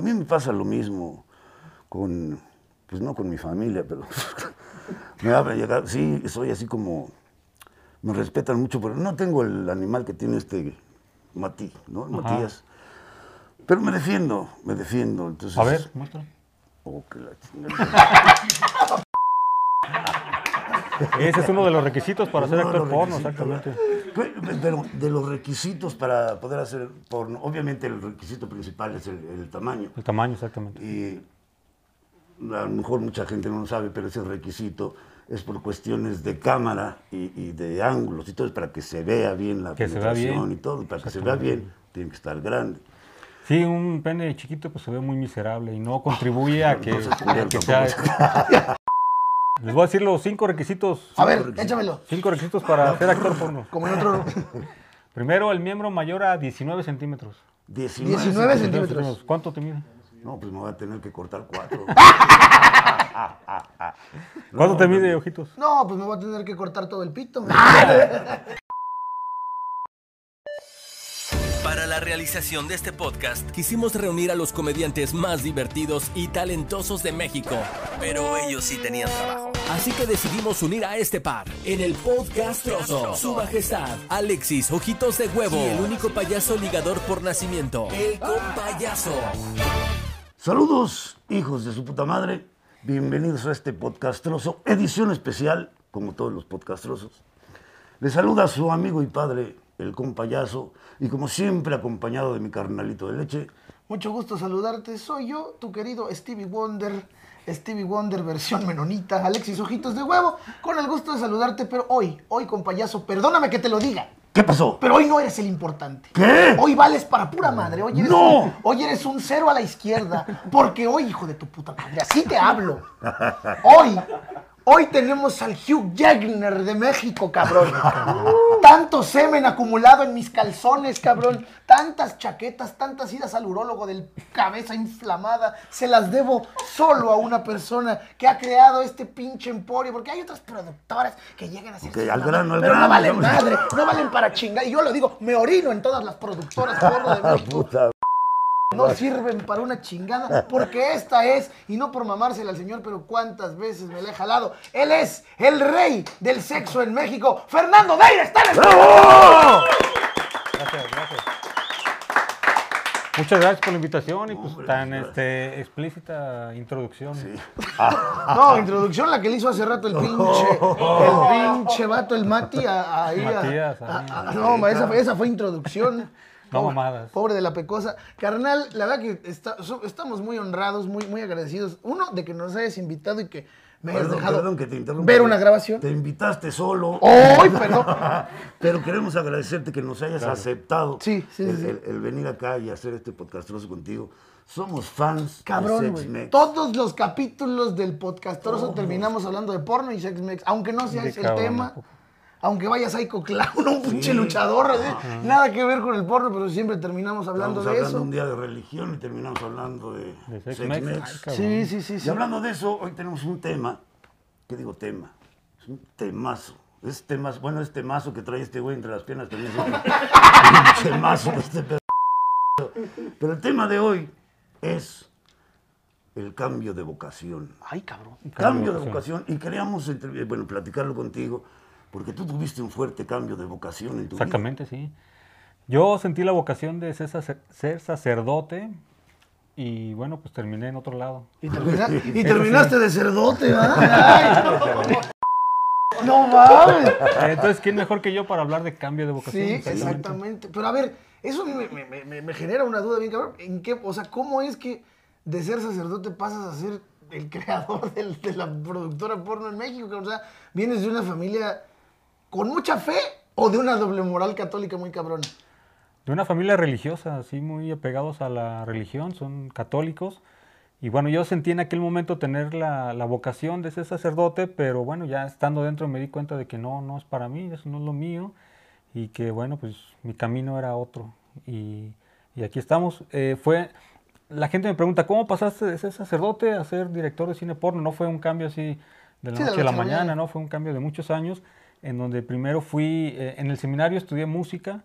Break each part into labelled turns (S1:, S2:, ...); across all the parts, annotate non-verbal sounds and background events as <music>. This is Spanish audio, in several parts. S1: A mí me pasa lo mismo con, pues no con mi familia, pero <laughs> me va a llegar, sí, soy así como, me respetan mucho, pero no tengo el animal que tiene este Matí, ¿no? Matías. Pero me defiendo, me defiendo. Entonces,
S2: A ver, muéstralo.
S1: Oh, que la chingada.
S2: Ese <laughs> es uno de los requisitos para ser
S1: Uno de
S2: actor
S1: los
S2: porno,
S1: requisitos,
S2: exactamente.
S1: ¿verdad? Pero de los requisitos para poder hacer porno, obviamente el requisito principal es el, el tamaño.
S2: El tamaño, exactamente.
S1: Y a lo mejor mucha gente no lo sabe, pero ese requisito es por cuestiones de cámara y, y de ángulos y todo, es para que se vea bien la
S2: Que se vea
S1: penetración
S2: bien.
S1: y todo. y Para que se vea bien, tiene que estar grande.
S2: Sí, un pene chiquito pues se ve muy miserable y no contribuye a que,
S1: no se
S2: a
S1: cubierta,
S2: que sea... <laughs> Les voy a decir los cinco requisitos.
S3: A ver, échamelo.
S2: Cinco requisitos para ser actor porno.
S3: Como en otro. <laughs>
S2: Primero, el miembro mayor a 19 centímetros.
S1: 19,
S3: 19
S1: centímetros.
S3: centímetros.
S2: ¿Cuánto te mide?
S1: No, pues me voy a tener que cortar cuatro.
S2: ¿Cuánto te mide, ojitos?
S3: No, pues me voy a tener que cortar todo el pito. güey.
S4: Para la realización de este podcast, quisimos reunir a los comediantes más divertidos y talentosos de México. Pero ellos sí tenían trabajo. Así que decidimos unir a este par en el podcast Trozo. Su majestad, Alexis Ojitos de Huevo. Y el único payaso ligador por nacimiento, el compayaso.
S1: Saludos, hijos de su puta madre. Bienvenidos a este podcastroso, edición especial, como todos los podcastrosos. Les saluda su amigo y padre, el compayazo, y como siempre acompañado de mi carnalito de leche.
S3: Mucho gusto saludarte. Soy yo, tu querido Stevie Wonder. Stevie Wonder versión menonita. Alexis Ojitos de Huevo. Con el gusto de saludarte, pero hoy, hoy con payaso, perdóname que te lo diga.
S1: ¿Qué pasó?
S3: Pero hoy no eres el importante.
S1: ¿Qué?
S3: Hoy vales para pura madre. Hoy eres,
S1: ¡No!
S3: un, hoy eres un cero a la izquierda. Porque hoy, hijo de tu puta madre, así te hablo. Hoy, hoy tenemos al Hugh Jagner de México, cabrón. Tanto semen acumulado en mis calzones, cabrón. Tantas chaquetas, tantas idas al urólogo del cabeza inflamada. Se las debo solo a una persona que ha creado este pinche emporio. Porque hay otras productoras que llegan a hacer
S1: Ok,
S3: sus
S1: al
S3: mamadas,
S1: grano, al
S3: pero
S1: grano,
S3: No valen
S1: vamos.
S3: madre. No valen para chingar. Y yo lo digo, me orino en todas las productoras
S1: <laughs>
S3: porno de México.
S1: Ah, Puta.
S3: No sirven para una chingada. Porque esta es, y no por mamársela al señor, pero cuántas veces me la he jalado. Él es el rey del sexo en México. Fernando Deira está en el...
S1: ¡Bravo!
S2: Gracias, gracias. Muchas gracias por la invitación y pues tan este, explícita introducción.
S3: <laughs> No, introducción la que le hizo hace rato el pinche, el pinche vato, el Mati, a, ahí a-
S2: Matías,
S3: a-
S2: ajá.
S3: a- no, ma, esa, fue- esa fue introducción.
S2: No
S3: Pobre-
S2: mamadas.
S3: Pobre de la pecosa. Carnal, la verdad que está- so- estamos muy honrados, muy, muy agradecidos. Uno, de que nos hayas invitado y que me hayas
S1: Perdón,
S3: dejado
S1: perdón que te interrumpa.
S3: ver una grabación.
S1: Te invitaste solo. <laughs>
S3: ¡Ay, perdón!
S1: Pero queremos agradecerte que nos hayas aceptado
S3: Sí, sí,
S1: el,
S3: sí.
S1: el- el venir acá y hacer este podcastroso contigo. Somos fans de
S3: Cabrón,
S1: Sex
S3: güey.
S1: Mex. Oh.
S3: Todos los capítulos del podcastroso terminamos hablando de porno y sex mex, aunque no sea
S2: De
S3: ese el
S2: cabrón,
S3: tema.
S2: un poco.
S3: Aunque vaya Psycho Clown, <laughs> un pinche luchador, así, nada que ver con el porno, pero siempre terminamos hablando
S1: Estábamos
S3: de
S1: hablando
S3: eso.
S1: un día de religión y terminamos hablando de,
S2: De Sex
S1: Sex,
S2: Mex.
S1: Mex.
S2: Ay, cabrón.
S3: Sí, sí, sí,
S1: Y
S3: sí.
S1: hablando de eso, hoy tenemos un tema. ¿Qué digo tema? Es un temazo. Es temazo. Bueno, es temazo que trae este güey entre las piernas también. Es un <laughs> temazo de este pedo. Pero el tema de hoy es el cambio de vocación. <laughs>
S3: Ay, cabrón.
S1: Cambio de vocación. Y queríamos, entre- eh, bueno, platicarlo contigo, porque tú tuviste un fuerte cambio de vocación en tu vida.
S2: Exactamente, sí. Yo sentí la vocación de ser, sacer- ser sacerdote y bueno, pues terminé en otro lado.
S3: Y, termina- y terminaste <laughs> de cerdote, ¿verdad? Ay,
S1: <laughs>
S3: no mames.
S2: Eh, Entonces, ¿quién mejor que yo para hablar de cambio de vocación?
S3: Sí, pues,
S2: Exactamente.
S3: exactamente. Pero a ver, eso me, me- me- me- me genera una duda bien cabrón. ¿En qué, o sea, cómo es que de ser sacerdote pasas a ser el <laughs> creador del- de la productora porno en México? cabrón? O sea, ¿vienes de una familia con mucha fe o de una doble moral católica muy cabrona?
S2: De una familia religiosa, así muy apegados a la religión, son católicos. Y bueno, yo sentí en aquel momento tener la, la vocación de ser sacerdote, pero bueno, ya estando dentro me di cuenta de que no, no es para mí, eso no es lo mío, y que bueno, pues mi camino era otro. Y, y aquí estamos. Eh, fue, la gente me pregunta, ¿cómo pasaste de ser sacerdote a ser director de cine porno? No fue un cambio así de la
S3: Sí, de
S2: noche a la mañana, ¿no? Fue un cambio de muchos años, en donde primero fui, eh, en el seminario estudié música,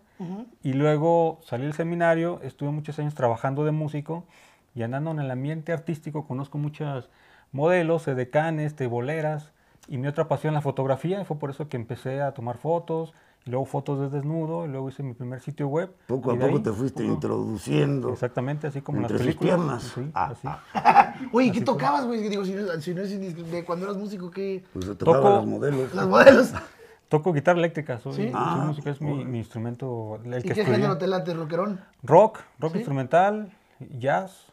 S2: y luego salí del seminario, estuve muchos años trabajando de músico Y andando en el ambiente artístico conozco muchos modelos, edecanes, teboleras. Y mi otra pasión, la fotografía, y fue por eso que empecé a tomar fotos, y luego fotos de desnudo, y luego hice mi primer sitio web.
S1: Poco
S2: y
S1: a
S2: de
S1: poco
S2: ahí,
S1: te fuiste
S2: poco-
S1: introduciendo.
S2: Exactamente, así como en las
S1: Entre sus
S2: películas.
S1: piernas.
S2: Sí,
S1: Ah,
S2: así.
S1: ah.
S3: Oye, ¿qué
S2: Así fue.
S3: tocabas, güey? Digo, si no, si no es indiscre- de cuando eras músico, ¿qué?
S1: Pues se tocaba
S2: Toco-
S1: los modelos.
S3: Los modelos.
S2: Toco guitarra eléctrica, soy,
S3: Sí.
S2: soy
S1: Ah,
S2: músico, es mi, mi instrumento, el
S3: ¿Y
S2: que
S3: qué
S2: estudié.
S3: género te late, rockerón?
S2: Rock, rock instrumental, jazz,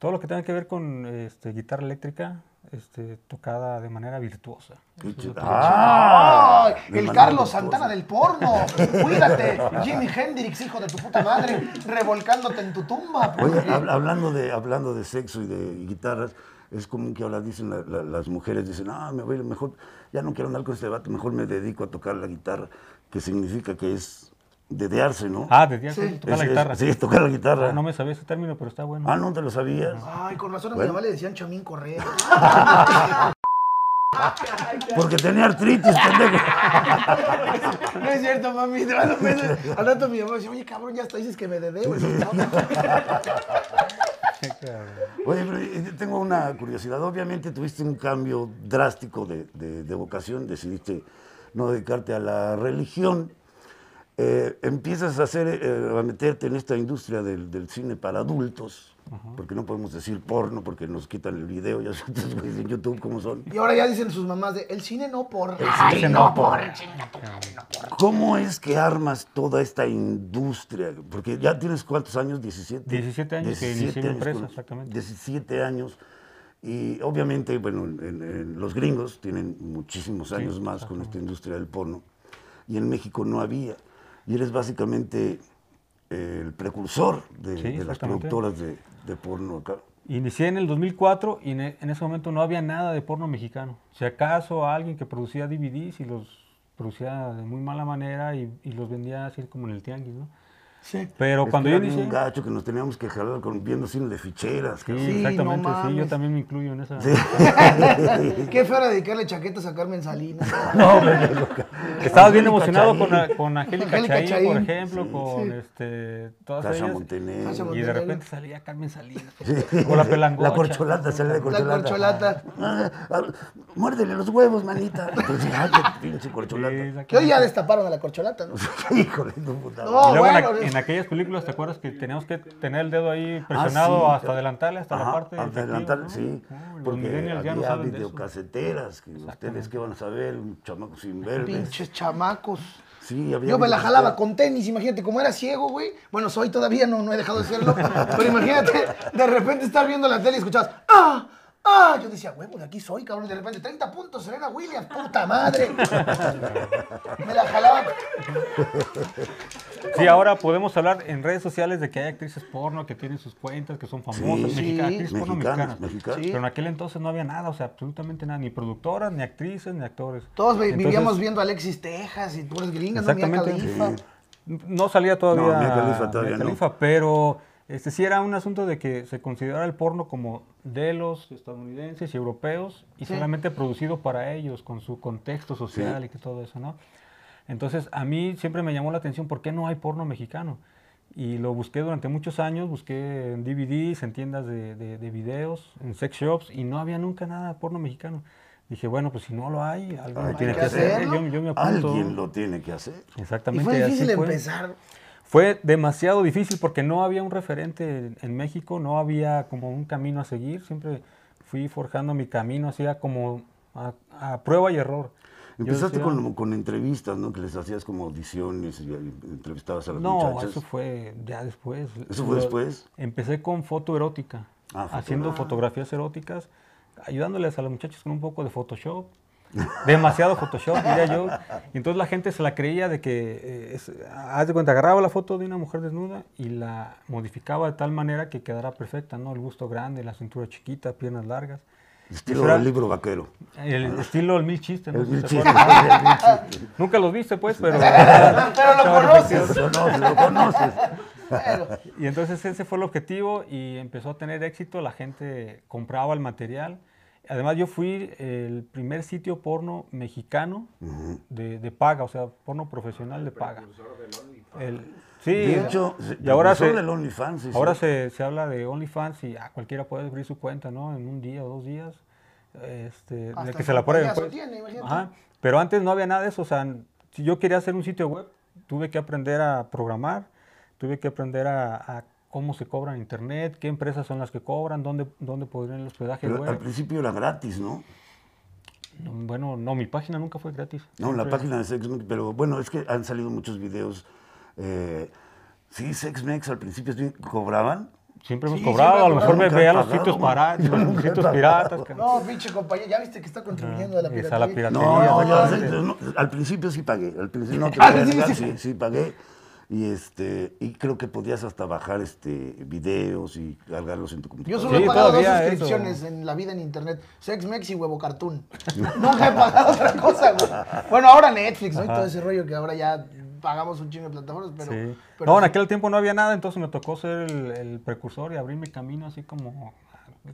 S2: todo lo que tenga que ver con este, guitarra eléctrica este, tocada de manera virtuosa.
S1: Qué chido.
S3: ¡Ay!
S1: Ah, me
S3: el
S1: mandaron
S3: Carlos
S1: dos.
S3: Santana del porno.
S1: <laughs>
S3: Cuídate. Jimi Hendrix, hijo de tu puta madre, revolcándote en tu tumba.
S1: Oye,
S3: porque-
S1: hab- hablando, de, hablando de sexo y de guitarras, es común que ahora dicen la- la- las mujeres, dicen, ah, me voy, mejor, ya no quiero andar con este vato, mejor me dedico a tocar la guitarra, que significa que es dedearse, ¿no?
S2: Ah, de jazz,
S3: Sí.
S2: tocar la
S1: Es- es-
S2: guitarra.
S1: sí, es tocar la guitarra.
S2: Ah, no me sabía ese término, pero está bueno.
S1: Ah, ¿no te lo sabías?
S3: Ay, con razón a mi
S1: Bueno.
S3: mamá le decían Chamín
S1: <laughs>
S3: Correa.
S1: Porque tenía artritis, <laughs> pendejo.
S3: No es cierto, mami. te mando un beso. Al rato mi mamá decía, oye, cabrón, ya hasta dices que me dedé, güey. ¿no?
S2: Qué cabrón.
S1: Oye, pero eh, yo tengo una curiosidad. Obviamente tuviste un cambio drástico de, de- de vocación, decidiste no dedicarte a la religión. Eh, empiezas a, hacer, eh, a meterte en esta industria del, del cine para adultos, porque no podemos decir porno, porque nos quitan el video, ya sabes, güeyes en YouTube cómo son.
S3: Y ahora ya dicen sus mamás de, el cine no por.
S1: Ay,
S2: Ese
S1: no,
S2: por-
S1: ¿Cómo es que armas toda esta industria? Porque ya tienes cuántos años, 17.
S2: 17 años que inicié mi empresa,
S1: con-
S2: exactamente.
S1: 17 años. Y obviamente, bueno, en- en- en los gringos tienen muchísimos años más con esta industria del porno. Y en México no había. Y eres básicamente eh, el precursor de,
S2: Sí,
S1: de las
S2: exactamente.
S1: productoras de, de porno acá.
S2: Inicié en el 2004 y en e- en ese momento no había nada de porno mexicano. Si acaso alguien que producía DVDs y los producía de muy mala manera y, y los vendía así como en el tianguis, ¿no?
S3: Sí.
S2: Pero
S1: Es
S2: cuando
S1: que
S2: yo
S1: era bien
S2: inicié...
S1: gacho que nos teníamos que jalar con, viendo cine de ficheras.
S2: Sí,
S1: cabrón.
S3: Sí, no
S2: exactamente, sí, yo
S3: mames.
S2: también me incluyo en esa...
S3: Qué feo era dedicarle chaquetas a Carmen Salinas.
S2: No, pendejo. <laughs> Estabas bien
S1: Angélica
S2: emocionado con,
S1: Chaín.
S2: con Angélica
S3: Angélica
S2: Chaín, por
S3: Chaín.
S2: ejemplo, con
S3: sí.
S2: este, todas
S1: Sasha
S2: ellas.
S1: Montenegro.
S3: Sasha
S2: Y de
S3: Montenegro.
S2: repente salía Carmen Salinas.
S1: Sí.
S2: O la pelangocha.
S1: La corcholata, se le de
S3: La
S1: corcholata.
S3: corcholata.
S1: Ah, ah, Muérdele los huevos,
S2: <laughs>
S1: manita. Entonces, ay, qué pinche
S2: Sí,
S1: corcholata.
S2: exactamente.
S3: Que hoy ya destaparon a la corcholata,
S1: <laughs>
S3: ¿no?
S1: Híjole, tu puta.
S3: No,
S2: Y luego en,
S3: bueno,
S2: aqu-
S3: es-
S2: en aquellas películas, ¿te acuerdas que teníamos que tener el dedo ahí presionado
S1: Ah, sí.
S2: hasta adelantarle, hasta la
S1: Ajá,
S2: parte
S1: hasta
S2: efectiva,
S1: adelantar,
S2: ¿no?
S1: sí.
S2: No, los
S1: Porque
S2: millennials ya no
S1: había
S2: saben de eso.
S1: videocaseteras, que ustedes qué van a saber, un chamaco sin verme.
S3: Pinches chamacos.
S1: Sí, había
S3: Yo me la
S1: videocaseteras.
S3: jalaba con tenis, imagínate, como era ciego, güey. Bueno, soy todavía, no, no he dejado de serlo. pero imagínate, de repente estar viendo la tele y escuchabas, ¡ah! ¡ah! Yo decía, güey, pues aquí soy, cabrón. Y de repente, 30 puntos, Serena Williams, puta madre. me la jalaba.
S2: Sí, ahora podemos hablar en redes sociales de que hay actrices porno que tienen sus cuentas, que son famosas,
S1: Sí,
S2: mexicanas,
S3: sí.
S2: actrices porno
S1: Mexicanas,
S2: mexicanas.
S1: mexicanas.
S2: Pero en aquel entonces no había nada, o sea, absolutamente nada, ni productoras, ni actrices, ni actores.
S3: Todos vi-
S2: Entonces,
S3: vivíamos viendo a Alexis Texas y tú eres gringas, no Mia
S2: Exactamente.
S3: Khalifa.
S2: No salía todavía.
S1: No, Mia Khalifa todavía
S2: Mia
S1: no.
S2: Khalifa, Pero este, sí era un asunto de que se considerara el porno como de los estadounidenses y europeos y
S3: Sí.
S2: solamente producido para ellos, con su contexto social y que todo eso, ¿no? Entonces, a mí siempre me llamó la atención por qué no hay porno mexicano. Y lo busqué durante muchos años, busqué en DVDs, en tiendas de, de- de videos, en sex shops, y no había nunca nada de porno mexicano. Dije, bueno, pues si no lo hay, alguien
S1: Hay
S2: lo tiene
S1: que
S2: que hacer.
S3: hacerlo.
S2: Yo, yo me apunto.
S1: Alguien lo tiene que hacer.
S3: Y
S2: Exactamente.
S3: fue
S2: así
S3: difícil
S2: fue.
S3: empezar.
S2: Fue demasiado difícil porque no había un referente en, en México, no había como un camino a seguir. Siempre fui forjando mi camino, hacía como a, a prueba y error. Yo
S1: Empezaste
S2: decía,
S1: con, con entrevistas, ¿no? Que les hacías como audiciones y ahí entrevistabas a las
S2: No,
S1: muchachas.
S2: eso fue ya después.
S1: ¿Eso fue
S2: Lo-
S1: después?
S2: Empecé con foto erótica,
S1: Ah, foto
S2: haciendo fotografías eróticas, ayudándoles a los muchachos con un poco de Photoshop. <laughs> Demasiado Photoshop, diría yo. Y entonces la gente se la creía de que, eh, es- haz de cuenta, agarraba la foto de una mujer desnuda y la modificaba de tal manera que quedara perfecta, ¿no? El busto grande, la cintura chiquita, piernas largas.
S1: Estilo
S2: Eso era-
S1: del libro vaquero.
S2: El estilo, el mil chistes. ¿no?
S1: Ah. El
S2: Si
S1: mil
S2: se
S1: chistes.
S2: acuerdan.
S1: El mil chistes.
S2: <laughs> Nunca los viste, pues,
S1: <laughs>
S2: pero...
S3: Pero lo conoces.
S1: Eso Pues no, lo conoces.
S3: Pero,
S2: Y entonces ese fue el objetivo y empezó a tener éxito, la gente compraba el material. Además yo fui el primer sitio porno mexicano de, de paga, o sea, porno profesional de paga. El Sí,
S1: de hecho,
S2: y ahora se,
S1: sobre el OnlyFans. sí,
S2: ahora
S1: sí.
S2: se, se habla de OnlyFans y ah, cualquiera puede abrir su cuenta, ¿no? En un día o dos días. Este, de
S3: Hasta
S2: que se la prueben.
S3: compañías lo
S2: pues.
S3: tiene, imagínate.
S2: Ajá, Pero antes no había nada de eso. O sea, si yo quería hacer un sitio web, tuve que aprender a programar, tuve que aprender a, a cómo se cobran internet, qué empresas son las que cobran, dónde, dónde podrían el hospedaje
S1: Pero al
S2: web.
S1: principio era gratis, ¿no?
S2: No, Bueno, no, mi página nunca fue gratis.
S1: No, la
S2: Siempre-
S1: página de SexMex, pero bueno, es que han salido muchos videos. eh, sí, SexMex al principio sí cobraban.
S2: Siempre hemos
S3: Sí,
S2: cobrado,
S3: siempre
S2: a lo mejor
S1: cobrado,
S2: me
S1: nunca
S2: veía
S1: he
S2: los
S1: pagado,
S3: <laughs>
S2: sitios
S1: man.
S2: parados,
S1: Yo nunca
S2: los
S1: he <laughs>
S2: sitios
S1: pagado.
S2: piratas. que-
S3: No, pinche compañía, ya viste que está contribuyendo a la
S2: es
S3: piratería.
S2: a la piratería.
S1: No, no,
S2: Sí,
S1: yo-
S2: sí, sí.
S1: no, al principio sí pagué. Al
S2: <laughs>
S1: principio no te
S3: Ah,
S1: voy a
S3: sí,
S1: negar,
S3: sí.
S1: sí, sí pagué. Y este, y creo que podías hasta bajar este videos y cargarlos en tu
S3: Yo
S1: computadora.
S3: solo
S2: Sí,
S3: he pagado dos
S2: todavía eso.
S3: suscripciones en la vida en internet. Sex, Mex y Huevo Cartoon. <laughs> Nunca he pagado otra cosa, güey. Bueno, ahora Netflix, ¿no? Y todo ese rollo que ahora ya pagamos un chingo de plataformas, pero...
S2: Sí.
S3: pero
S2: no, en
S3: sí.
S2: aquel tiempo no había nada, entonces me tocó ser el, el precursor y abrir mi camino así como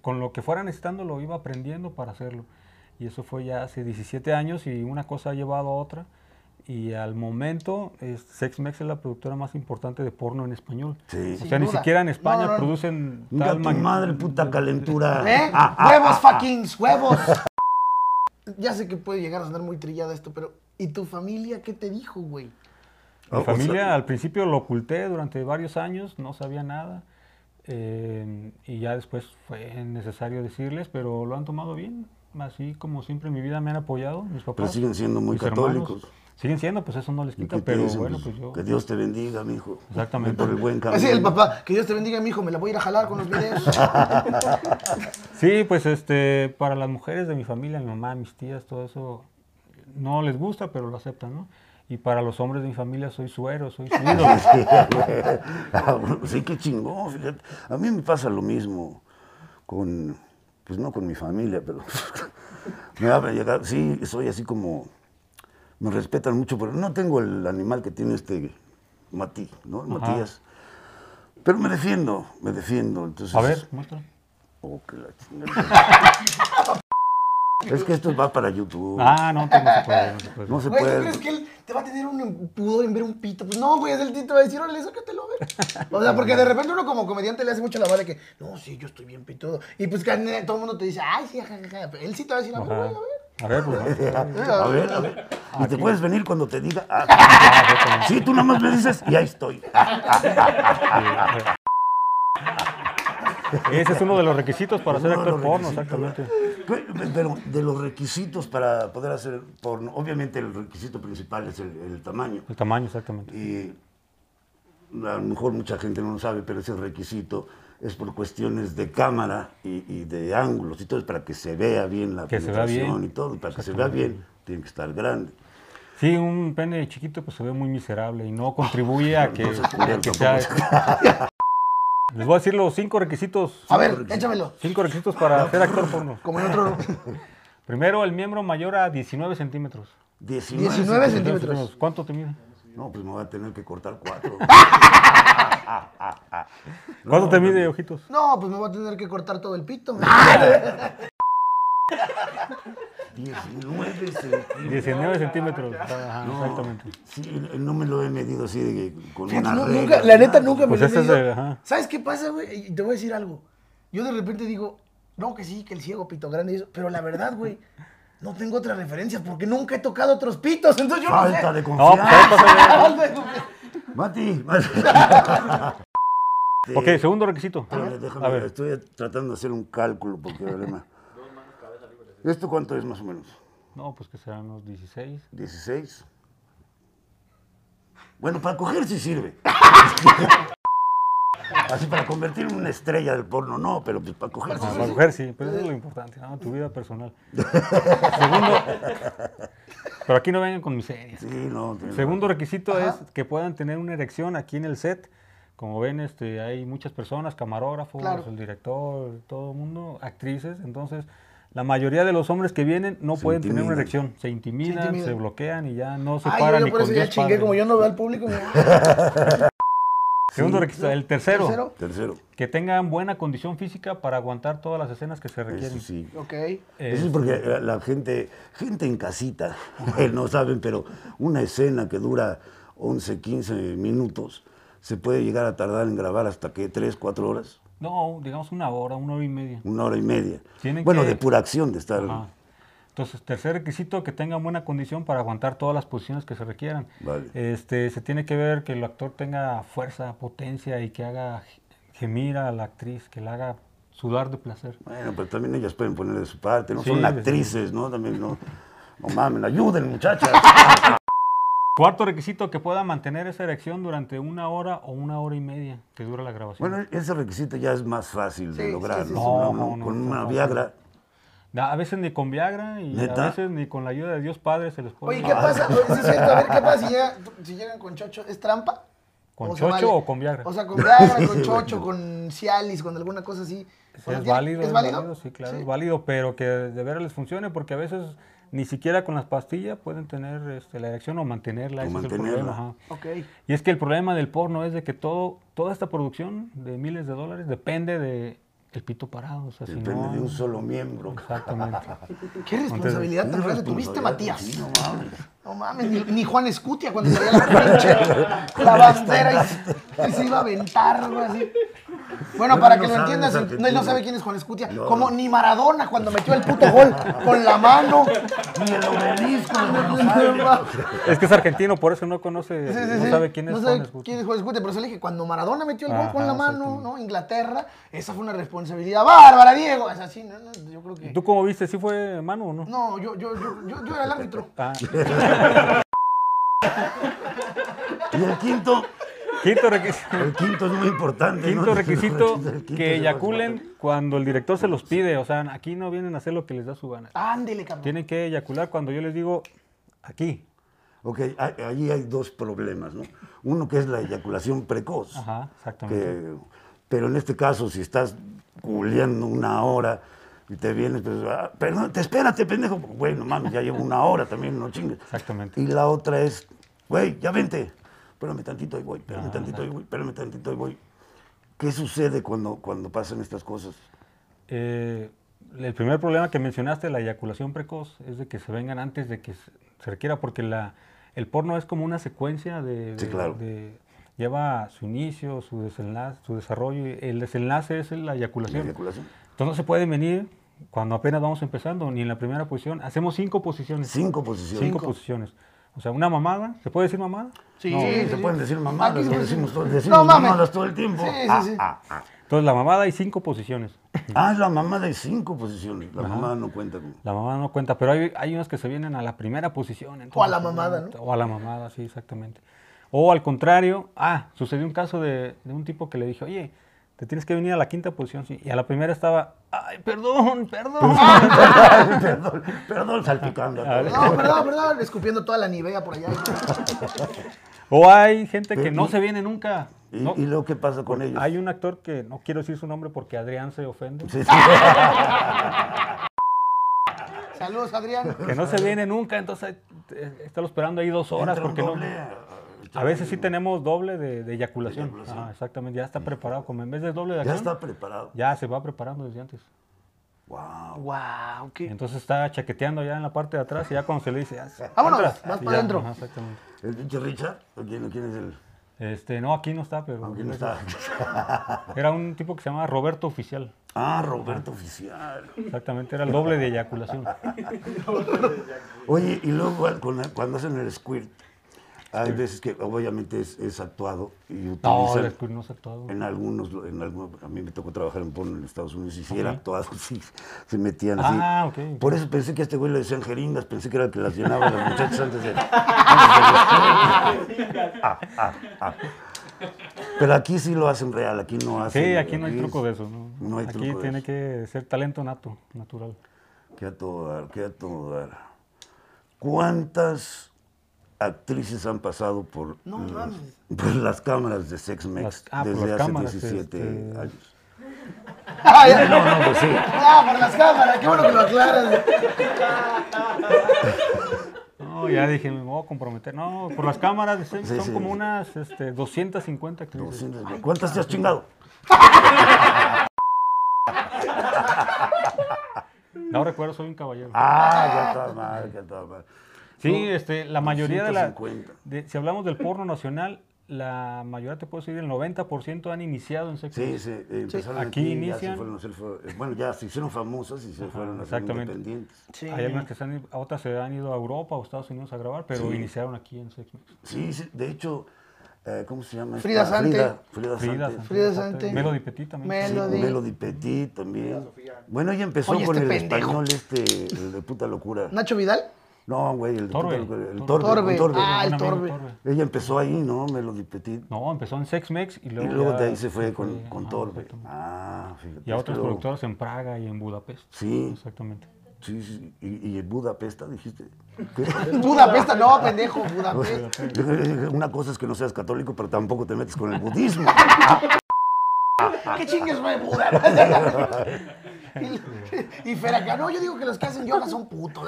S2: con lo que fuera necesitando lo iba aprendiendo para hacerlo. Y eso fue ya hace 17 años y una cosa ha llevado a otra. Y al momento, es- Sex Mex es la productora más importante de porno en español.
S1: Sí.
S2: O
S3: Sin
S2: sea, ni
S3: duda.
S2: siquiera en España
S3: No, no, no.
S2: producen
S1: Venga tu
S2: magnitud-
S1: madre, puta calentura.
S3: ¿Eh?
S1: Ah, ah,
S3: huevos
S1: ah, ah.
S3: fuckings, huevos. <laughs> ya sé que puede llegar a sonar muy trillado esto, pero ¿y tu familia qué te dijo, güey?
S2: Mi
S1: Ah, O- o
S2: familia
S1: sea-
S2: al principio lo oculté durante varios años, no sabía nada. eh, y ya después fue necesario decirles, pero lo han tomado bien. Así como siempre en mi vida me han apoyado, mis papás.
S1: siguen siendo muy
S2: mis hermanos.
S1: católicos.
S2: Siguen siendo, pues eso no les
S1: ¿Y
S2: quita,
S1: qué te
S2: pero
S1: dicen?
S2: bueno,
S1: Pues,
S2: pues yo.
S1: Que Dios te bendiga, mijo.
S2: Exactamente.
S1: Ve Por el buen camino.
S3: <laughs> Así el papá, que Dios te bendiga, mi hijo, me la voy a ir a jalar con los videos.
S2: <laughs> Sí, pues este, para las mujeres de mi familia, mi mamá, mis tías, todo eso, no les gusta, pero lo aceptan, ¿no? Y para los hombres de mi familia soy suero, soy
S1: <laughs>
S2: su ídolo.
S1: <laughs> Ah, bueno, sí, qué chingón, fíjate. A mí me pasa lo mismo con, pues no con mi familia, pero <laughs> me hablan y acá- sí, soy así como, me respetan mucho, pero no tengo el animal que tiene este Matí, ¿no? El
S2: Ajá.
S1: Matías. Pero me defiendo, me defiendo. Entonces,
S2: A ver, muéstralo.
S1: Oh, que la chingada. <laughs> es que esto va para YouTube.
S2: Ah, no, pues no se puede, no se puede.
S1: No se
S3: Güey, ¿tú
S1: puede.
S3: crees que él te va a tener un pudor en ver un pito? Pues no, güey, es el tito va a decir, órale, sácatelo, a ver. O sea, porque de repente uno como comediante le hace mucho la madre que, no, sí, yo estoy bien pitudo. Y pues que ne- todo el mundo te dice, ay, sí, jajaja. Pero él sí te va a decir, a ver,
S2: Ajá.
S3: güey, a ver.
S2: A ver, pues. no.
S1: A ver, a ver. Y te puedes venir cuando te diga. Ah, sí, tú nada más me dices y ahí estoy.
S2: Ese es uno de los requisitos para ser
S1: Uno de
S2: actor
S1: los
S2: porno,
S1: requisitos,
S2: exactamente.
S1: ¿verdad? Pero de los requisitos para poder hacer porno, obviamente el requisito principal es el, el tamaño.
S2: El tamaño, exactamente.
S1: Y a lo mejor mucha gente no lo sabe, pero ese requisito es por cuestiones de cámara y, y de ángulos y todo, es para que se vea bien la
S2: Que se vea bien.
S1: penetración y todo. y Para que se vea bien, tiene que estar grande.
S2: Sí, un pene chiquito pues se ve muy miserable y no contribuye a que,
S1: Entonces, cuidado,
S2: a que sea...
S1: tampoco
S2: <laughs> Les voy a decir los cinco requisitos.
S3: A ver, échamelo.
S2: Cinco requisitos
S1: Ah,
S2: para ser actor porno.
S3: Como en otro.
S2: Primero, el miembro mayor a 19 centímetros.
S1: 19,
S3: 19
S1: centímetros.
S3: centímetros.
S2: ¿Cuánto te mide?
S1: No, pues me voy a tener que cortar cuatro.
S3: <laughs>
S2: ¿Cuánto te mide, ojitos?
S3: No, pues me voy a tener que cortar todo el pito.
S1: 19 centímetros.
S2: 19 centímetros. Ajá,
S1: No,
S2: exactamente.
S1: Sí, no me lo he medido así de que con
S3: Fíjate,
S1: una
S3: no,
S1: regla.
S3: nunca- la neta nunca me
S2: Pues
S3: lo he
S2: ese es
S3: medido.
S2: el- ajá.
S3: ¿Sabes qué pasa, güey? Y te voy a decir algo. Yo de repente digo, no, que sí, que el ciego pito grande y eso. Pero la verdad, güey, no tengo otras referencias porque nunca he tocado otros pitos. Entonces yo
S1: Falta
S3: no pues, sé.
S1: de
S2: No, pues ahí
S1: confianza.
S2: pasa ya.
S1: Mati,
S3: <laughs>
S1: Mati.
S2: Ok, segundo requisito.
S1: Espérame, déjame,
S2: A ver.
S1: estoy tratando de hacer un cálculo porque problema. ¿Esto cuánto es más o menos?
S2: No, pues que serán unos 16.
S1: ¿16? Bueno, para coger sí sirve. <laughs> Así para convertirme en una estrella del porno, no, pero pues para coger sí
S2: Para Ah, la
S1: sirve.
S2: mujer sí, pero eso es lo importante, ¿no? Tu vida
S3: <laughs>
S2: personal. Segundo. Pero aquí no vengan con miserias.
S1: Sí, no. tiene-
S2: Segundo requisito es que puedan tener una erección aquí en el set. Como ven, este, hay muchas personas, camarógrafos,
S3: Claro.
S2: el director, todo el mundo, actrices. Entonces, la mayoría de los hombres que vienen no
S1: Se
S2: pueden tener una
S1: intimidan.
S2: erección. Se intimidan, se,
S3: intimidan.
S2: bloquean y ya
S3: <laughs>
S2: no se
S3: Ay,
S2: paran
S3: yo,
S2: ni
S3: por
S2: con
S3: eso ya
S2: Dios
S3: chingué,
S2: Padre.
S3: como yo no veo al público. güey.
S2: Segundo requisito. El tercero,
S3: Tercero.
S1: Tercero.
S2: que tengan buena condición física para aguantar todas las escenas que se
S1: Eso
S2: requieren.
S1: sí.
S3: <laughs> Ok.
S2: Eh,
S1: Eso es porque la, la gente, gente en casita, <laughs> no saben, pero una escena que dura 11, 15 minutos, se puede llegar a tardar en grabar hasta que tres, cuatro horas,
S2: No, digamos una hora, una hora y media.
S1: una hora y media.
S2: Tienen
S1: Bueno,
S2: que-
S1: de pura acción, de estar...
S2: Ajá. Entonces, tercer requisito, que tengan buena condición para aguantar todas las posiciones que se requieran.
S1: Vale.
S2: Este, se tiene que ver que el actor tenga fuerza, potencia y que haga gemir a la actriz, que la haga sudar de placer.
S1: Bueno, pero también ellas pueden poner de su parte, ¿no?
S2: Sí,
S1: Son
S2: pues,
S1: actrices, ¿no? También, ¿no? No mames, ayuden,
S2: <laughs>
S1: muchachas.
S2: Cuarto requisito, que pueda mantener esa erección durante una hora o una hora y media que dura la grabación.
S1: Bueno, ese requisito ya es más fácil de
S3: Sí,
S1: lograr,
S3: sí, sí,
S1: ¿no?
S2: sí. No,
S1: Uno
S2: no, no,
S1: Con una
S2: no.
S1: Viagra.
S2: Da- a veces ni con Viagra y
S1: ¿Neta?
S2: a veces ni con la ayuda de Dios Padre se les puede...
S3: Oye, ¿qué pasa? Oye, sí es cierto, a ver, ¿qué pasa si, llega- si llegan con Chocho? ¿Es trampa?
S2: ¿Con
S3: se
S2: chocho o con Viagra?
S3: O sea,
S2: <laughs>
S3: con Viagra, con Chocho, con Cialis, con alguna cosa así. O
S2: Sí,
S3: sea,
S2: es
S3: ¿tiene-
S2: válido,
S3: ¿Es válido?
S2: sí, claro,
S3: Sí.
S2: es válido, pero que de veras les funcione, porque a veces ni siquiera con las pastillas pueden tener este, la erección o mantenerla.
S1: O
S2: ese es el
S1: mantenerla.
S2: problema, ajá.
S3: Ok.
S2: Y es que el problema del porno es de que todo, toda esta producción de miles de dólares depende de el pito parado. O sea, si
S1: Depende
S2: no-
S1: de un solo miembro.
S2: Exactamente. <laughs>
S3: ¿Qué responsabilidad tan
S1: Una
S3: grande tuviste,
S1: responsabilidad,
S3: Matías?
S1: sí, no mames.
S3: No mames, ni, ni Juan Escutia cuando salía la pinche la bandera y se- y, se iba a aventar, güey, así. Bueno,
S1: No,
S3: para
S1: no
S3: que lo
S1: sabe,
S3: entiendas,
S1: no
S3: el-
S1: sabe.
S3: no, él no sabe quién es Juan Escutia.
S1: No.
S3: Como ni Maradona cuando metió el puto gol con la mano.
S1: Ni el obelisco de Buenos Aires.
S2: es que es argentino, por eso no conoce,
S3: Sí, sí,
S2: no
S3: sí.
S2: sabe quién es
S3: No
S2: Juan
S3: sabe
S2: Escutia.
S3: quién es Juan Escutia, pero se le dije, cuando Maradona metió el gol con
S2: Ajá,
S3: la mano,
S2: exactamente.
S3: ¿no? Inglaterra, esa fue una responsabilidad bárbara, Diego. Es así, ¿no? No, yo creo que...
S2: ¿Tú cómo viste? ¿Sí fue mano o no?
S3: No, yo, yo, yo, yo, yo era el árbitro.
S2: Ah,
S1: Y el quinto,
S2: quinto requisito.
S1: el quinto es muy importante. ¿no? <laughs>
S2: Quinto requisito,
S1: El quinto es el
S2: que
S1: más importante.
S2: eyaculen cuando el director se los pide. O sea, aquí no vienen a hacer lo que les da su gana.
S3: Ándele, cabrón.
S2: Tienen que eyacular cuando yo les digo aquí.
S1: Ok, a- allí hay dos problemas, ¿no? Uno que es la eyaculación precoz.
S2: Ajá, exactamente.
S1: que- pero en este caso, si estás culeando una hora y te vienes, pues, ah, perdón, te espérate, pendejo. Bueno, mames, ya llevo una hora también, no chingues.
S2: Exactamente.
S1: Y la otra es, güey, ya vente, espérame tantito ahí voy,
S2: Ah,
S1: espérame tantito ahí voy, espérame tantito ahí voy. ¿Qué sucede cuando, cuando pasan estas cosas?
S2: Eh, el primer problema que mencionaste, la eyaculación precoz, es de que se vengan antes de que se se requiera, porque la, el porno es como una secuencia de...
S1: Sí,
S2: de-
S1: claro.
S2: de- lleva su inicio, su desenlace, su desarrollo. y El desenlace es la
S1: La
S2: eyaculación.
S1: eyaculación.
S2: Entonces no se pueden venir cuando apenas vamos empezando, ni en la primera posición. Hacemos cinco posiciones.
S1: Cinco posiciones.
S2: Cinco posiciones. O sea, una mamada. ¿Se puede decir mamada?
S3: Sí,
S1: No,
S3: sí,
S1: te
S3: sí.
S1: pueden decir mamadas,
S3: Aquí-
S1: lo decimos todo, decimos
S3: No mames.
S1: mamadas todo el tiempo.
S3: Sí, sí,
S1: Ah,
S3: sí.
S1: ah, ah.
S2: Entonces la mamada hay cinco posiciones.
S1: Ah, es la mamada hay cinco posiciones. La mamada no cuenta
S3: <laughs>
S1: con.
S2: La mamada no cuenta, pero hay, hay unas que se vienen a la primera posición.
S3: O a la
S2: entonces,
S3: mamada, ¿no?
S2: O a la mamada, sí, exactamente. O al contrario, ah, sucedió un caso de, de un tipo que le dije, oye, te tienes que venir a la quinta posición, sí. Y a la primera estaba, ay, perdón,
S3: <laughs>
S2: perdón.
S1: perdón, perdón, salpicando. a todos.
S2: <laughs>
S3: No, perdón, perdón, escupiendo toda la nivea por allá.
S2: o hay gente que
S1: Pero-
S2: no se viene nunca.
S1: ¿Y,
S2: No,
S1: y luego qué pasa con ellos?
S2: Hay un actor que no quiero decir su nombre porque Adrián se ofende.
S1: <laughs> Sí, sí.
S3: Ah, Saludos, Adrián.
S2: Que no se viene nunca, entonces eh, estarlo esperando ahí dos horas
S1: Entra un
S2: porque no.
S1: doble a-
S2: A veces sí tenemos doble de, de eyaculación. Ajá, exactamente, ya está preparado. Como en vez de doble de
S1: Ya
S2: acción,
S1: está preparado.
S2: ya se va preparando desde antes.
S1: Wow.
S3: Wow, qué.
S2: Entonces está chaqueteando ya en la parte de atrás y ya cuando se le dice, "Ah, ya,
S3: Vámonos,
S2: entras.
S3: vas
S2: Y
S3: para
S2: ya,
S3: adentro.
S2: ajá, exactamente.
S1: ¿El pinche Richard? ¿O quién, quién es el?
S2: Este, no, aquí no está, pero
S1: ¿O quién está?
S2: era un tipo que se llamaba Roberto Oficial.
S1: Ah, Roberto Oficial.
S2: Exactamente, era el doble de
S1: <laughs>
S2: eyaculación.
S1: Oye, y luego al- con la- cuando hacen el squirt, hay veces que obviamente es, es actuado y
S2: No,
S1: utilizan...
S2: el squirt no se actuado.
S1: En algunos, lo- en algunos, a mí me tocó trabajar en porno en Estados Unidos y si era actuado, <laughs> sí, se metían así.
S2: Ah, ok.
S1: Por eso pensé que a este güey le decían jeringas, pensé que era el que las llenaba los muchachos antes
S2: <laughs>
S1: de. Ah, ah, ah. Pero aquí sí lo hacen real, aquí no hacen.
S2: Sí, aquí no hay
S1: es-
S2: truco de eso. ¿no?
S1: No hay
S2: aquí
S1: truco de
S2: tiene
S1: eso.
S2: que ser talento nato, natural.
S1: Qué a todo dar, qué a todo dar. ¿Cuántas actrices han pasado por,
S3: No
S1: las-
S3: mames.
S1: por las cámaras de Sex Mex
S2: Las- ah, por
S1: desde
S2: las
S1: hace
S2: cámaras,
S1: 17
S2: este,
S1: años?
S3: <laughs> Ah, ya.
S1: No, no, pues sí.
S3: Ah, por las cámaras, qué bueno que lo aclaras.
S2: No, ya dije, me voy a comprometer. No, por las cámaras son,
S1: Sí,
S2: son
S1: sí,
S2: como
S1: sí.
S2: unas este, 250 actrices.
S1: 200, ¿Cuántas te has chingado?
S2: No recuerdo, soy un caballero.
S1: Ah, ya está mal, ya está mal.
S2: sí, este, la mayoría de la...
S1: 250.
S2: de- si hablamos del porno nacional, la mayoría, te puedo decir, el 90% han iniciado en Sex
S1: Sí,
S2: Pistols.
S1: se, eh, empezaron aquí,
S2: Aquí
S1: ya se
S2: inician.
S1: fueron a hacer fa- eh, bueno, ya se hicieron famosas y se fueron a hacer
S2: exactamente.
S1: independientes.
S3: Sí.
S2: Hay algunas que se han, ido- a otras se han ido a Europa o Estados Unidos a grabar, pero
S1: Sí.
S2: iniciaron aquí en Sex Mex.
S1: Sí, sí, de hecho, eh, ¿cómo se llama?
S3: Frida
S1: esta?
S3: Sante.
S1: Frida, Frida
S2: Frida
S1: Sante.
S2: Sante.
S3: Frida Sante.
S2: Melody Petit también.
S1: Sí,
S3: Melody.
S1: Melody Petit también. Bueno, ella empezó
S3: Oye,
S1: con
S3: este
S1: el
S3: pendejo.
S1: español este, el de puta locura.
S3: Nacho Vidal,
S1: No, güey, el de puta
S2: Torbe.
S1: locura, el
S2: Torbe.
S1: Torbe, con
S3: Torbe.
S1: Torbe.
S3: Ah, el
S2: Un amigo,
S3: Torbe.
S1: Ella empezó ahí, ¿no? Melody Petit.
S2: No, empezó en Sex Mex y
S1: Y
S2: luego,
S1: luego
S2: ya
S1: de ahí se fue con, con
S2: ajá,
S1: Torbe.
S2: exactamente.
S1: Ah, fíjate.
S2: Y
S1: es
S2: a
S1: que
S2: otros
S1: luego-
S2: productores en Praga y en Budapest.
S1: Sí,
S2: Exactamente.
S1: sí, sí. Y, y en Budapesta,
S3: <laughs>
S1: dijiste. <laughs> ¿Qué?
S3: Budapest, no, pendejo, Budapest.
S1: Una cosa es que no seas católico, pero tampoco te metes con el budismo.
S3: Ah, ¿Qué chingues fue Buda? y, y Feraca, no, yo digo que los que hacen yoga son putos.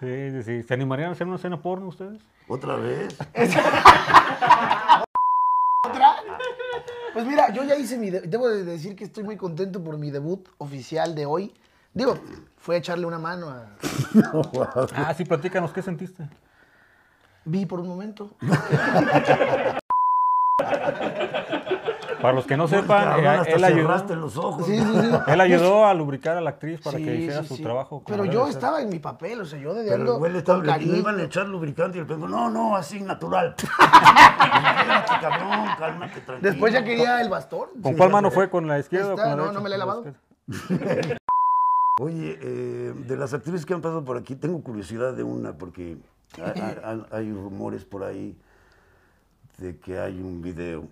S2: Sí, sí, sí. ¿Se animarían a hacer una escena porno ustedes?
S1: ¿Otra vez?
S3: Pues mira, yo ya hice mi. de- Debo de decir que estoy muy contento por mi debut oficial de hoy. Digo, fue a echarle una mano a.
S2: Ah, sí, platícanos, ¿qué sentiste?
S3: Vi por un momento.
S2: Para los que no sepan,
S1: Cabrón,
S2: eh,
S1: hasta
S2: él
S1: cerraste
S2: ayudó,
S1: los ojos.
S3: Sí, sí, sí.
S2: él ayudó a lubricar a la actriz para
S3: Sí,
S2: que hiciera
S3: sí,
S2: su
S3: sí.
S2: trabajo. como
S3: Pero
S2: debe
S3: yo
S2: ser.
S3: estaba en mi papel, o sea, yo de
S1: Pero el
S3: ando
S1: güey le estaba
S3: con
S1: le- le
S3: cariño.
S1: iban a echar lubricante y el pendejo, no, no, así
S3: <laughs>
S1: natural. Cálmate, cabrón, cálmate, tranquilo.
S3: Después ya quería el bastón. <laughs>
S2: ¿Con cuál mano fue? ¿Con la izquierda
S3: Esta,
S2: o con la
S3: no,
S2: derecha?
S3: no me la he
S2: Con
S3: lavado.
S2: izquierda.
S1: Oye, eh, de las actrices que han pasado por aquí, tengo curiosidad de una, porque hay, hay- hay rumores por ahí de que hay un video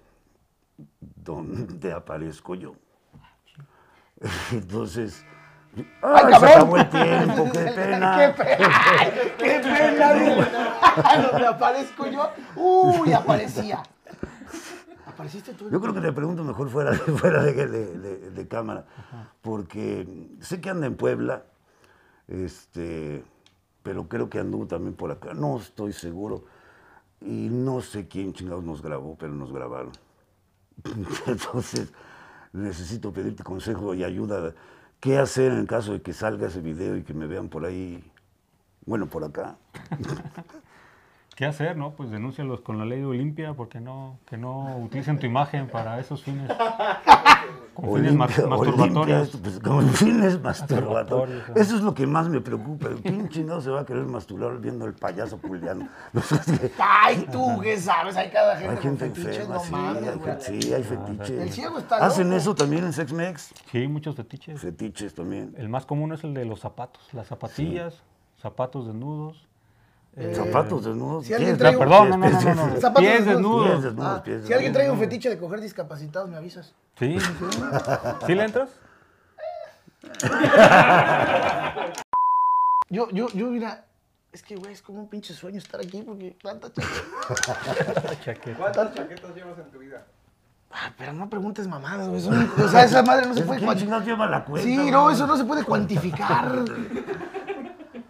S1: donde aparezco yo. <laughs> Entonces, Ah, ¡ay, se
S3: cabrón!
S1: acabó el tiempo! <laughs> ¡Qué pena!
S3: ¡Qué pena! Ay, ¡Qué
S1: <laughs>
S3: pena! <laughs> digo. Donde aparezco yo. ¡Uy! Aparecía. ¿Apareciste tú?
S1: Yo creo que te pregunto mejor fuera de, <laughs> fuera de, de- de- de cámara, porque sé que anda en Puebla, este, pero creo que anduvo también por acá, no estoy seguro, y no sé quién chingados nos grabó, pero nos grabaron. <laughs> Entonces, necesito pedirte consejo y ayuda. ¿Qué hacer en caso de que salga ese video y que me vean por ahí? Bueno, por acá.
S2: ¿Qué hacer, no? Pues denúncialos con la ley de Olimpia porque no, que no utilicen tu imagen para esos fines, con fines mas-
S1: Olimpia- Olimpia,
S2: masturbatorios.
S1: esto, pues, con fines masturbatorios.
S2: Masturbatorios, ajá.
S1: Eso es lo que más me preocupa. ¿Quién chingado se va a querer masturbar viendo el payaso culiando? <laughs>
S3: Ay, tú, ¿qué sabes? Hay cada gente,
S1: hay gente
S3: con fetiches,
S1: enferma,
S3: no
S1: sí,
S3: mames,
S1: hay,
S3: güey.
S1: gente- sí, hay fetiches.
S3: El ciego está
S1: ¿Hacen
S3: loco.
S1: eso también en Sex Mex?
S2: Sí, muchos fetiches.
S1: Fetiches también.
S2: El más común es el de los zapatos, las zapatillas, zapatos desnudos. eh,
S1: Zapatos desnudos.
S3: si alguien
S1: pies-
S3: trae
S2: no,
S3: un-
S2: perdón, no, no, no, no,
S1: <laughs>
S2: no,
S1: Pies
S3: Zapatos
S2: pies
S3: desnudos.
S2: desnudos.
S1: Pies desnudos,
S3: Ah,
S1: pies
S3: si alguien trae un
S1: desnudos.
S3: fetiche de coger discapacitados, me avisas.
S2: Sí, sí, sí. ¿Sí le entras?
S3: Yo, yo, yo, mira, es que, güey, es como un pinche sueño estar aquí porque tanta chaqueta.
S5: ¿Cuántas chaquetas llevas en tu vida?
S3: Ah, pero no preguntes mamadas, güey. son- O sea, esa madre no se puede
S1: ¿Quién
S3: cuantificar.
S1: chingados lleva pues, la cuenta?
S3: Sí, no,
S1: güey?
S3: eso no se puede cuantificar.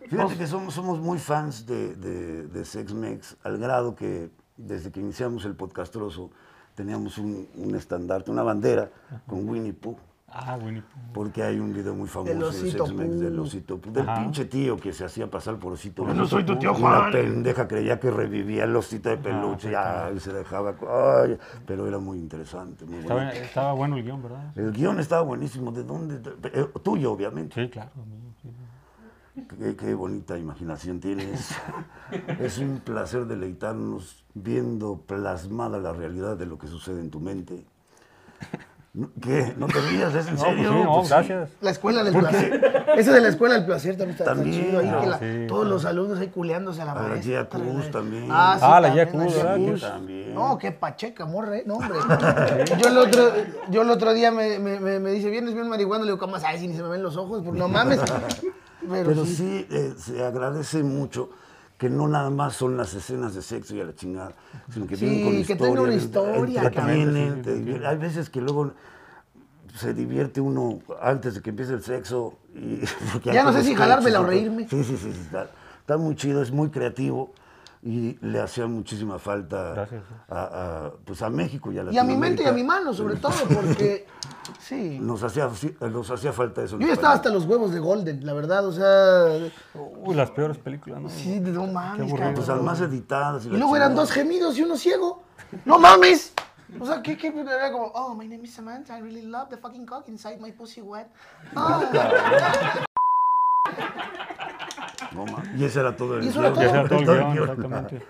S1: Fíjate que somos, somos muy fans de, de, de Sex Mex, al grado que desde que iniciamos el podcastroso teníamos un, un estandarte, una bandera con Winnie Pooh,
S2: Ah, Winnie Pooh.
S1: porque hay un video muy famoso de
S3: osito
S1: Sex Mex del
S3: Pooh.
S1: osito Pooh, del
S2: Ajá.
S1: pinche tío que se hacía pasar por osito.
S3: no soy tu tío
S1: Una
S3: Juan.
S1: pendeja creía que revivía el osito de peluche ay, y se dejaba, ay, pero era muy interesante, muy bueno.
S2: Estaba, estaba bueno el guión, ¿verdad?
S1: El guión estaba buenísimo, ¿de dónde? Eh, Tuyo, obviamente.
S2: Sí, claro. amigo, sí.
S1: Qué, qué bonita imaginación
S2: <laughs>
S1: tienes. es un placer deleitarnos viendo plasmada la realidad de lo que sucede en tu mente. No- ¿Qué? ¿No te rías? ¿Es en
S2: No, pues
S1: serio?
S2: sí, no,
S1: Pues sí.
S2: gracias.
S3: La escuela del placer. <laughs> Ese de la escuela del placer también está, está
S1: También,
S3: chido. Ahí
S1: ah,
S3: que la-
S2: sí,
S3: todos los alumnos ahí culeándose a la
S1: la
S3: maestra.
S1: Gia Cruz
S3: Trae-
S1: también.
S3: Ah, sí,
S2: Ah, la Gia
S3: también,
S2: Cruz,
S3: Gia
S2: ¿verdad?
S3: Cruz.
S1: También.
S3: No, qué pacheca, morre. No, <laughs> hombre. yo, el otro, yo el otro día me, me, me, me dice, vienes bien marihuana. Le digo, ¿cómo? Ay, si ni se me ven los ojos. Pues no <laughs> mames. Pero,
S1: Pero
S3: sí.
S1: sí, eh, se agradece mucho que no nada más son las escenas de sexo y a la chingada, sino que
S3: Sí,
S1: vienen con
S3: que
S1: historia.
S3: tenga una
S1: eh,
S3: historia,
S1: entretienen,
S2: cabrón. Sí, sí,
S1: te
S2: sí,
S1: divier- Hay veces que luego se divierte uno antes de que empiece el sexo. Y, <laughs> porque hay
S3: Ya no
S1: como
S3: sé si
S1: sketches
S3: jalármela
S1: y
S3: o
S1: todo.
S3: reírme.
S1: Sí, sí, sí, sí, está, está muy chido, es muy creativo. y le hacía muchísima falta
S2: Gracias.
S1: a, a, pues a México y a
S3: Y a mi mente y a mi
S1: Latinoamérica.
S3: mano, sobre todo, porque. Sí.
S1: Nos hacía, nos hacía falta eso.
S3: Yo ya estaba hasta los huevos de Golden, la verdad, o sea.
S2: Uy, las peores películas, ¿no?
S3: Sí, no mames,
S2: aburrido.
S3: cabrón.
S1: Pues además editadas.
S3: Y luego eran dos gemidos y uno ciego. ¡No mames! O sea, ¿qué, qué? Era como, oh, my name is Samantha, I really love the fucking cock inside my pussy wet. Oh.
S1: <laughs> Y ese era todo el
S3: Y eso era
S1: guión.
S2: Ya sea todo el
S1: <laughs> Todo el
S2: guión,
S1: guión.
S2: exactamente.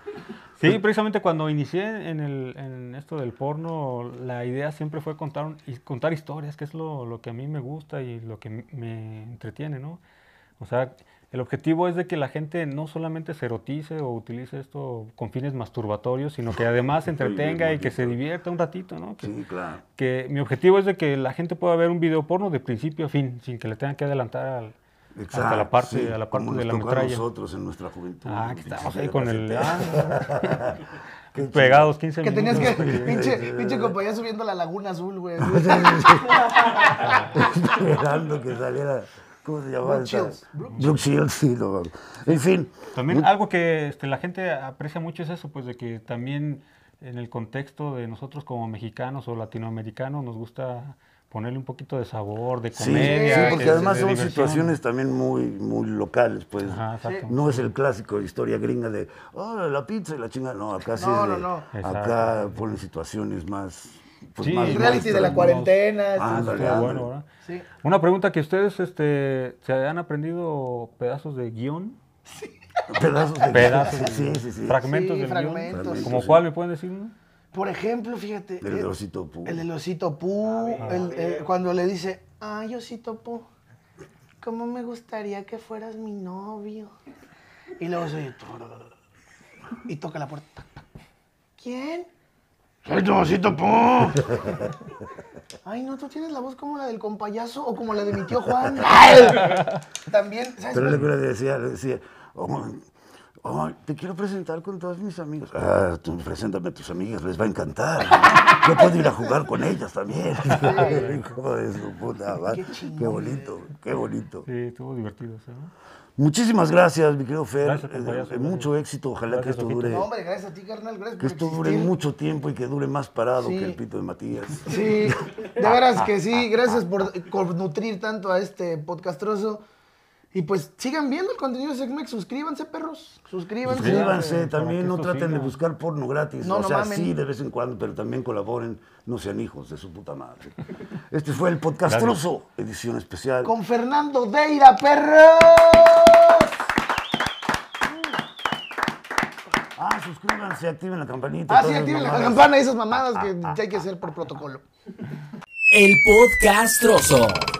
S2: Sí, precisamente cuando inicié en, el, en esto del porno, la idea siempre fue contar, un- y contar historias, que es lo, lo que a mí me gusta y lo que m- me entretiene, ¿no? O sea, el objetivo es de que la gente no solamente se erotice o utilice esto con fines masturbatorios, sino que además se
S1: Estoy bien
S2: entretenga y que
S1: bonito.
S2: se divierta un ratito, ¿no? Que-
S1: Sí, claro.
S2: que mi objetivo es de que la gente pueda ver un video porno de principio a fin, sin que le tengan que adelantar al- hasta la parte,
S1: sí,
S2: a la parte
S1: como
S2: de
S1: nos
S2: la
S1: tocó a
S2: metralla.
S1: nosotros en nuestra juventud.
S2: Ah, que
S1: pinche
S2: estábamos ahí
S1: de
S2: con el...
S1: casetera.
S2: ah,
S1: <laughs> Qué chido.
S2: pegados 15
S3: Que tenías
S2: minutos.
S1: <laughs>
S3: que, pinche, pinche compañía subiendo la laguna azul, güey.
S2: Ah.
S1: <laughs> Esperando que saliera. ¿Cómo se llamaba?
S3: Brooke
S1: esta?
S3: Shields.
S1: Brooke Shields, sí, no, En fin.
S2: También algo que este, la gente aprecia mucho es eso, pues de que también en el contexto de nosotros como mexicanos o latinoamericanos nos gusta ponerle un poquito de sabor, de
S1: Sí,
S2: comedia.
S1: sí,
S2: de-
S1: porque
S2: de-
S1: además
S2: de
S1: son
S2: diversión.
S1: situaciones también muy, muy locales, pues.
S2: Ajá, exacto.
S1: No es el clásico de historia gringa de, oh, la pizza y la chinga. No, acá sí.
S3: No,
S1: es de-
S3: no, no.
S1: Acá ponen situaciones más. Pues,
S2: Sí,
S1: más
S2: el
S3: reality de la
S1: nuestras,
S3: cuarentena.
S1: Ah,
S3: estos-
S1: ándale,
S2: Pero
S1: ándale.
S2: bueno, ¿verdad?
S3: Sí.
S2: Una pregunta que ustedes este, se han aprendido pedazos de guión,
S1: Pedazos de.
S2: pedazos,
S1: <laughs> Sí, sí, sí.
S2: fragmentos
S3: Sí,
S2: del guión.
S3: fragmentos.
S1: Fragmentos,
S2: ¿Como
S1: sí.
S2: cuál me pueden decir uno?
S3: Por ejemplo, fíjate.
S1: El del
S3: eh,
S1: osito Pú.
S3: El del osito Pú, el- eh, cuando le dice, ay, osito Pú, ¿cómo me gustaría que fueras mi novio? Y luego se oye, "Turururu", y toca la puerta. tac, tac. ¿Quién? Soy tu osito Pú. <laughs> Ay, no, tú tienes la voz como la del compayazo o como la de mi tío Juan. <laughs> ¡Ay! También, ¿sabes?
S1: Pero le le decía, le decía, "Oh, oh, te quiero presentar con todos mis amigos. Ah, tú preséntame a tus amigas, les va a
S3: <laughs>
S1: encantar. Yo puedo ir a jugar con ellas también. <laughs> Hijo de su puta madre.
S3: chingón,
S1: Qué bonito, qué bonito.
S2: Sí, estuvo divertido. o sea, ¿no?
S1: Muchísimas gracias, mi querido Fer.
S2: Gracias, compañero,
S1: Eh,
S2: gracias.
S1: mucho éxito. Ojalá
S2: Gracias,
S1: que esto
S2: Ojito.
S1: dure,
S3: No, hombre, gracias a ti, carnal, gracias
S1: que
S3: por
S1: esto dure
S3: existir.
S1: mucho tiempo y que dure más parado
S3: Sí.
S1: que el pito de Matías.
S3: Sí, de veras que sí. Gracias por, por nutrir tanto a este podcastroso. Y pues sigan viendo el contenido de Segmex. Suscríbanse, perros. Suscríbanse.
S1: Suscríbanse
S2: para que
S1: también, no
S2: esto
S1: traten de
S2: siga.
S1: buscar porno gratis.
S3: No,
S1: o
S3: no
S1: sea,
S3: mamen.
S1: sí, de vez en cuando, pero también colaboren, no sean hijos de su puta madre. Este fue el Podcastroso, edición especial.
S3: Con Fernando Deira, perros.
S1: Ah, suscríbanse, activen la campanita.
S3: Ah,
S1: todas esas
S3: sí, activen la
S1: mamadas.
S3: campana y esas mamadas que hay que hacer por protocolo.
S4: El podcast trozo.